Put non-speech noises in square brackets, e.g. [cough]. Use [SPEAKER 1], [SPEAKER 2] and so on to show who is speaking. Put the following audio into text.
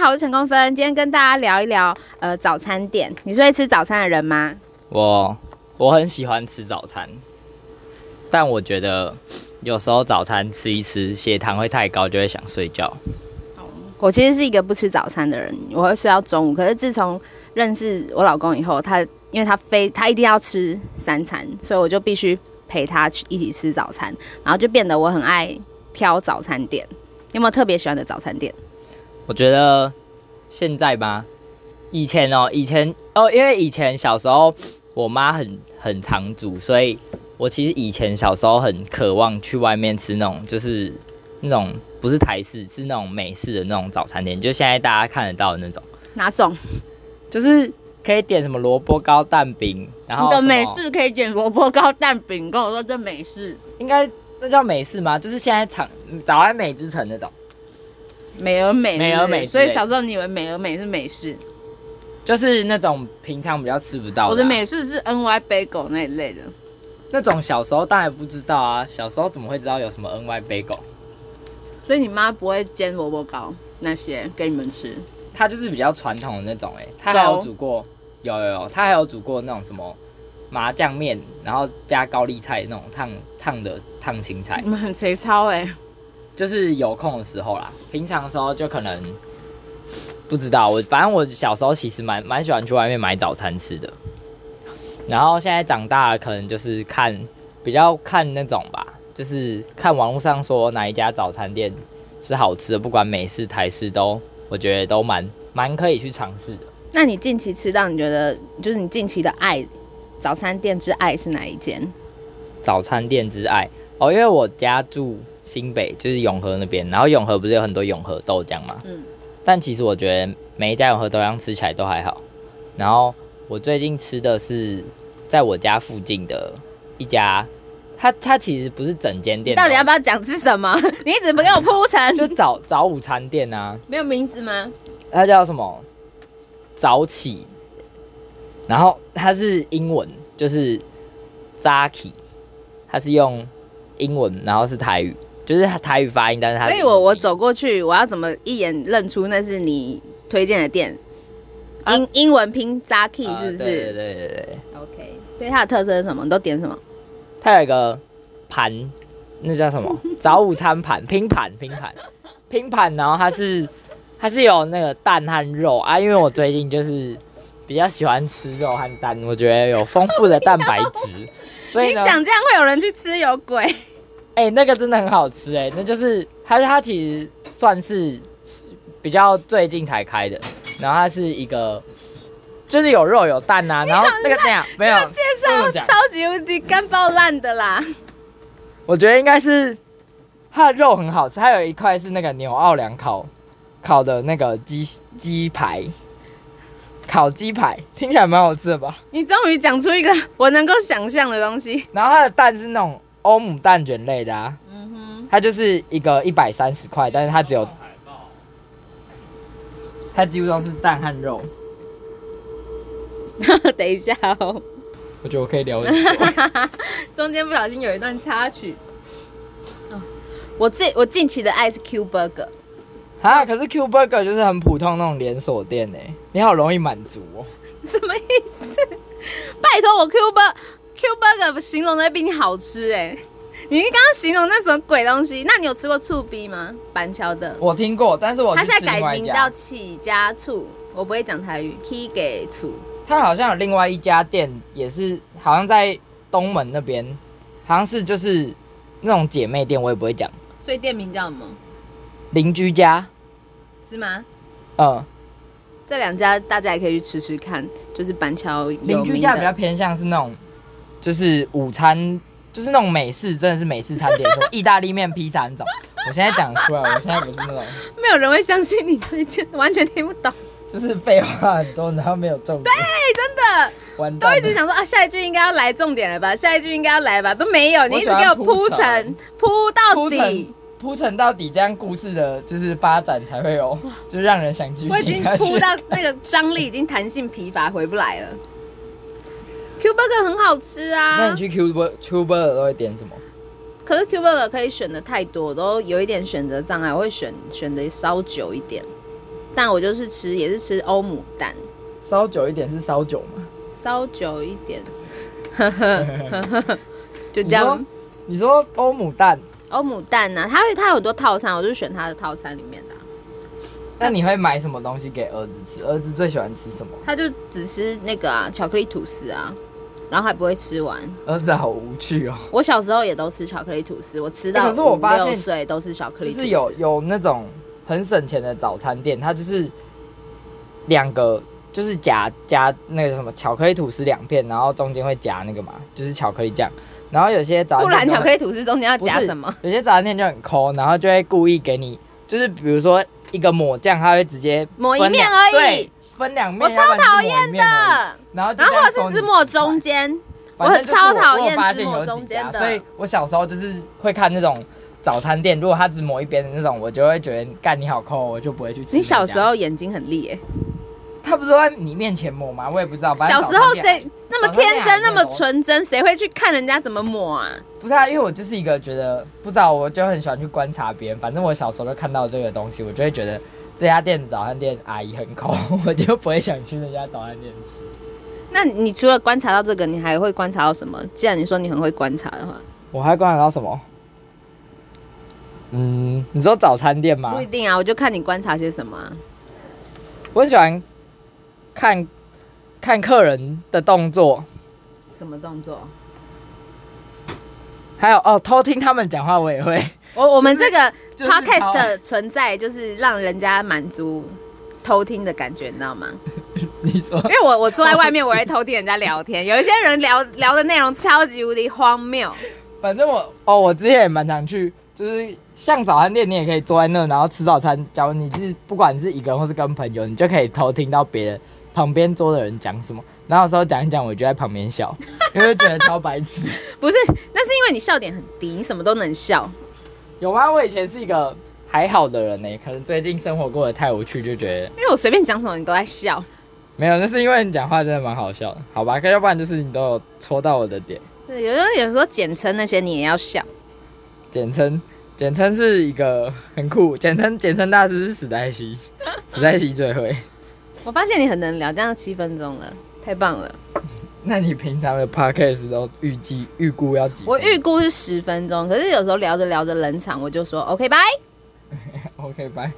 [SPEAKER 1] 好，我是陈功芬，今天跟大家聊一聊呃早餐店。你是会吃早餐的人吗？
[SPEAKER 2] 我我很喜欢吃早餐，但我觉得有时候早餐吃一吃，血糖会太高，就会想睡觉。
[SPEAKER 1] 我其实是一个不吃早餐的人，我会睡到中午。可是自从认识我老公以后，他因为他非他一定要吃三餐，所以我就必须陪他去一起吃早餐，然后就变得我很爱挑早餐店。你有没有特别喜欢的早餐店？
[SPEAKER 2] 我觉得现在吧，以前哦，以前哦，因为以前小时候我妈很很常煮，所以我其实以前小时候很渴望去外面吃那种，就是那种不是台式，是那种美式的那种早餐店，就现在大家看得到的那种，
[SPEAKER 1] 哪种？
[SPEAKER 2] 就是可以点什么萝卜糕蛋饼，然后
[SPEAKER 1] 你的
[SPEAKER 2] 什么
[SPEAKER 1] 美式可以点萝卜糕蛋饼，跟我说这美式
[SPEAKER 2] 应该那叫美式吗？就是现在常早安美之城那种，
[SPEAKER 1] 美而美，
[SPEAKER 2] 美而
[SPEAKER 1] 对不对
[SPEAKER 2] 美
[SPEAKER 1] 所以
[SPEAKER 2] 之类的
[SPEAKER 1] 小时候你以为美而美是美式，
[SPEAKER 2] 就是那种平常比较吃不到的啊、
[SPEAKER 1] 我的美式是 N Y Bagel 那一类的。
[SPEAKER 2] 那种小时候当然不知道啊，小时候怎么会知道有什么 NY bagel？
[SPEAKER 1] 所以你妈不会煎萝卜糕那些给你们吃，
[SPEAKER 2] 它就是比较传统的那种、欸，哎，它还有
[SPEAKER 1] 粥
[SPEAKER 2] 煮过，有有有，它还有煮过那种什么麻酱面，然后加高丽菜那种烫烫的烫青菜
[SPEAKER 1] 你，们很随操哎、
[SPEAKER 2] 就是有空的时候啦，平常的时候就可能不知道。我反正我小时候其实蛮蛮喜欢去外面买早餐吃的，然后现在长大了，可能就是看比较看那种吧，就是看网络上说哪一家早餐店是好吃的，不管美式台式都，我觉得都蛮蛮可以去尝试的。
[SPEAKER 1] 那你近期吃到你觉得就是你近期的爱早餐店之爱是哪一间？
[SPEAKER 2] 早餐店之爱哦，因为我家住新北，就是永和那边，然后永和不是有很多永和豆浆嘛，
[SPEAKER 1] 嗯
[SPEAKER 2] 嗯，但其实我觉得每一家永和豆浆吃起来都还好。然后我最近吃的是在我家附近的一家，它它其实不是整间
[SPEAKER 1] 你
[SPEAKER 2] 店，哦
[SPEAKER 1] 到底要不要讲是什么？ [laughs] 你一直不给我铺陈，
[SPEAKER 2] 就早早午餐店啊，
[SPEAKER 1] 没有名字吗？
[SPEAKER 2] 它叫什么？早起，然后它是英文，就是 Zaki，它是用英文，然后是台语，就是它台语发音，但是它
[SPEAKER 1] 所
[SPEAKER 2] 是
[SPEAKER 1] 以我我
[SPEAKER 2] 英文
[SPEAKER 1] 走过去，我要怎么一眼认出那是你推荐的店？英、英文拼 Zaki
[SPEAKER 2] 啊
[SPEAKER 1] 是不是、
[SPEAKER 2] 对对对对对，
[SPEAKER 1] o k 所以它的特色是什么？你都点什么？
[SPEAKER 2] 它有一个盘，那叫什么？早午餐盘，拼盘，拼盘，拼盘，然后它是它是有那个蛋和肉啊，因为我最近就是比较喜欢吃肉和蛋，我觉得有丰富的蛋白质，所
[SPEAKER 1] 你
[SPEAKER 2] 以呢。
[SPEAKER 1] 讲这样会有人去吃有鬼？
[SPEAKER 2] 哎、那个真的很好吃哎、那就是它它其实算是比较最近才开的，然后它是一个就是有肉有蛋呐、然后那个那样没有
[SPEAKER 1] 这个介
[SPEAKER 2] 不
[SPEAKER 1] 绍
[SPEAKER 2] 能讲
[SPEAKER 1] 超级无敌干爆烂的啦！
[SPEAKER 2] 我觉得应该是它的肉很好吃，它有一块是那个纽奥良烤烤的那个鸡鸡排，烤鸡排听起来蛮好吃的吧？
[SPEAKER 1] 你终于讲出一个我能够想象的东西。
[SPEAKER 2] 然后它的蛋是那种欧姆蛋卷类的啊，
[SPEAKER 1] 嗯
[SPEAKER 2] 它就是一个一百三十块，但是它只有，它几乎都是蛋和肉。
[SPEAKER 1] [laughs] 等一下哦，
[SPEAKER 2] 我觉得我可以 [laughs] 聊很久。
[SPEAKER 1] 中间不小心有一段插曲。哦我最我近期的爱是 Q Burger，
[SPEAKER 2] 啊，可是 Q Burger 就是很普通那种连锁店呢，你好容易满足哦。
[SPEAKER 1] 什么意思？拜托我 Q Burger Q Burger 形容的比你好吃哎、你刚刚形容那什么鬼东西？那你有吃过醋逼吗？板桥的，
[SPEAKER 2] 我听过，但是我
[SPEAKER 1] 它
[SPEAKER 2] 去
[SPEAKER 1] 现在
[SPEAKER 2] 吃另
[SPEAKER 1] 改
[SPEAKER 2] 外一
[SPEAKER 1] 名
[SPEAKER 2] 家
[SPEAKER 1] 叫起家醋，我不会讲台语，K 给醋。
[SPEAKER 2] 它好像有另外一家店，也是好像在东门那边，好像是就是那种姐妹店，我也不会讲。
[SPEAKER 1] 所以店名叫什么？
[SPEAKER 2] 邻居家，
[SPEAKER 1] 是吗？
[SPEAKER 2] 嗯，
[SPEAKER 1] 这两家大家也可以去吃吃看，就是板桥有
[SPEAKER 2] 邻居
[SPEAKER 1] 名
[SPEAKER 2] 家
[SPEAKER 1] 的
[SPEAKER 2] 比较偏向是那种，就是午餐，就是那种美式，真的是美式餐
[SPEAKER 1] [laughs]
[SPEAKER 2] 点，什么意大利面、披萨那种。我现在讲出来，我现在不是那种，
[SPEAKER 1] 没有人会相信你推荐，完全听不懂。
[SPEAKER 2] 就是废话很多，然后没有重点，
[SPEAKER 1] 真的，
[SPEAKER 2] 完
[SPEAKER 1] [laughs] 都
[SPEAKER 2] 蛋
[SPEAKER 1] 一直
[SPEAKER 2] 了。
[SPEAKER 1] 想说啊，下一句应该要来重点了吧？下一句应该要来吧？都没 [laughs] 有，你一直给我铺
[SPEAKER 2] 我喜欢
[SPEAKER 1] 陈，铺到
[SPEAKER 2] 铺陈
[SPEAKER 1] 底。
[SPEAKER 2] 铺陈到底，这样故事的就是发展才会有，就是让人想继
[SPEAKER 1] 我
[SPEAKER 2] 续
[SPEAKER 1] 已经
[SPEAKER 2] 听下去。
[SPEAKER 1] 铺到那个张力已经弹性疲乏，回不来了。Q Burger 很好吃
[SPEAKER 2] 那
[SPEAKER 1] 啊
[SPEAKER 2] 你，去 Q Ber Q Ber 都会点什么？
[SPEAKER 1] 可是 Q Burger 可以选的太多，我都有一点选择障碍，我会选选的稍久一点。但我就是吃也是吃欧姆蛋，
[SPEAKER 2] 烧酒一点是烧酒吗？
[SPEAKER 1] 稍久一
[SPEAKER 2] [laughs]
[SPEAKER 1] 点，就这样。
[SPEAKER 2] 你说欧姆蛋，
[SPEAKER 1] 欧姆蛋呢、它有它有很多套餐，我就选它的套餐里面的啊、
[SPEAKER 2] 那你会买什么东西给儿子吃？儿子最喜欢吃什么？
[SPEAKER 1] 它就只吃那个啊巧克力吐司啊，然后还不会吃完。
[SPEAKER 2] 儿子好无趣哦，
[SPEAKER 1] 我小时候也都吃巧克力吐司，我吃到
[SPEAKER 2] 欸可是我发现
[SPEAKER 1] 五六岁都是巧克
[SPEAKER 2] 就
[SPEAKER 1] 力吐司，
[SPEAKER 2] 是有有那种很省钱的早餐店，它就是两个。就是夹夹那个什么巧克力吐司两片，然后中间会夹那个嘛，就是巧克力酱。然后有些早餐
[SPEAKER 1] 不然
[SPEAKER 2] 店就
[SPEAKER 1] 巧
[SPEAKER 2] 很
[SPEAKER 1] 克力吐司中间要
[SPEAKER 2] 不
[SPEAKER 1] 夹
[SPEAKER 2] 是
[SPEAKER 1] 什么？
[SPEAKER 2] 有些早餐店就很抠，然后就会故意给你，就是比如说一个抹酱，它会直接
[SPEAKER 1] 抹一
[SPEAKER 2] 分
[SPEAKER 1] 面
[SPEAKER 2] 两
[SPEAKER 1] 而已
[SPEAKER 2] 对，分两面，
[SPEAKER 1] 我超讨厌
[SPEAKER 2] 的
[SPEAKER 1] 的。
[SPEAKER 2] 然后
[SPEAKER 1] 然后
[SPEAKER 2] 就这样
[SPEAKER 1] 或
[SPEAKER 2] 收
[SPEAKER 1] 者
[SPEAKER 2] 你
[SPEAKER 1] 是只抹
[SPEAKER 2] 十块
[SPEAKER 1] 中，间，
[SPEAKER 2] 反正就是我
[SPEAKER 1] 我超讨厌
[SPEAKER 2] 我有发现
[SPEAKER 1] 只抹
[SPEAKER 2] 有几家
[SPEAKER 1] 中间的
[SPEAKER 2] 所以我小时候就是会看那种早餐店，如果它只抹一边的那种，我就会觉得干你好抠，我就不会去吃。
[SPEAKER 1] 你小时，候眼睛很欸利耶、
[SPEAKER 2] 他不是都在你面前抹吗？我也不知道。反正
[SPEAKER 1] 小时候
[SPEAKER 2] 早餐店
[SPEAKER 1] 谁那么天真，那
[SPEAKER 2] 哦
[SPEAKER 1] 么纯真，谁会去看人家怎么抹啊？
[SPEAKER 2] 不是啊？因为我就是一个觉得不知道，我就很喜欢去观察别人。反正我小时候就看到这个东西，我就会觉得这家店早餐店阿姨很抠， [laughs] 我就不会想去那家早餐店吃。
[SPEAKER 1] 那你除了观察到这个，你还会观察到什么？既然你说你很会观察的话，
[SPEAKER 2] 我还观察到什么？嗯，你说早餐店吗
[SPEAKER 1] 不一？定啊，我就看你观察些什么、啊。
[SPEAKER 2] 我很喜欢看看客人的动作，
[SPEAKER 1] 什么动作？
[SPEAKER 2] 还有哦，偷听他们讲话我也会。 [laughs]
[SPEAKER 1] 我我们这个
[SPEAKER 2] 就是
[SPEAKER 1] podcast
[SPEAKER 2] 超
[SPEAKER 1] 的存在，就是让人家满足偷听的感觉，你知道吗？ [laughs]
[SPEAKER 2] 你说
[SPEAKER 1] 因为我我坐在外面，我会偷听人家聊天。有一些人聊 [laughs] 聊的内容超级无敌荒谬，
[SPEAKER 2] 反正我哦，我之前也蛮常去，就是像早餐店，你也可以坐在那，然后吃早餐。假如你是不管是一个人或是跟朋友，你就可以偷听到别人旁边桌的人讲什么。然后有时候讲一讲，我就在旁边笑， [laughs] 因为觉得超白痴。
[SPEAKER 1] 不是？那是因为你笑点很低，你什么都能笑。
[SPEAKER 2] 有吗？我以前是一个还好的人呢、欸可能最近生活过得太无趣，就觉得
[SPEAKER 1] 因为我随便讲什么你都在笑，
[SPEAKER 2] 没有。那是因为你讲话真的蛮好笑的，好吧？要不然就是你都有戳到我的点。
[SPEAKER 1] 对有时候有时候简称那些你也要笑。
[SPEAKER 2] 简称，简称是一个很酷，简称简称大师是史黛
[SPEAKER 1] [laughs]
[SPEAKER 2] 西，史黛西最会。
[SPEAKER 1] 我发现你很能聊，这样七分钟了，太棒了。
[SPEAKER 2] 那你平常的 podcast 都预计预估要几分？
[SPEAKER 1] 我预估是十分钟，可是有时候聊着聊着冷场，我就说 OK 拜。
[SPEAKER 2] OK 拜。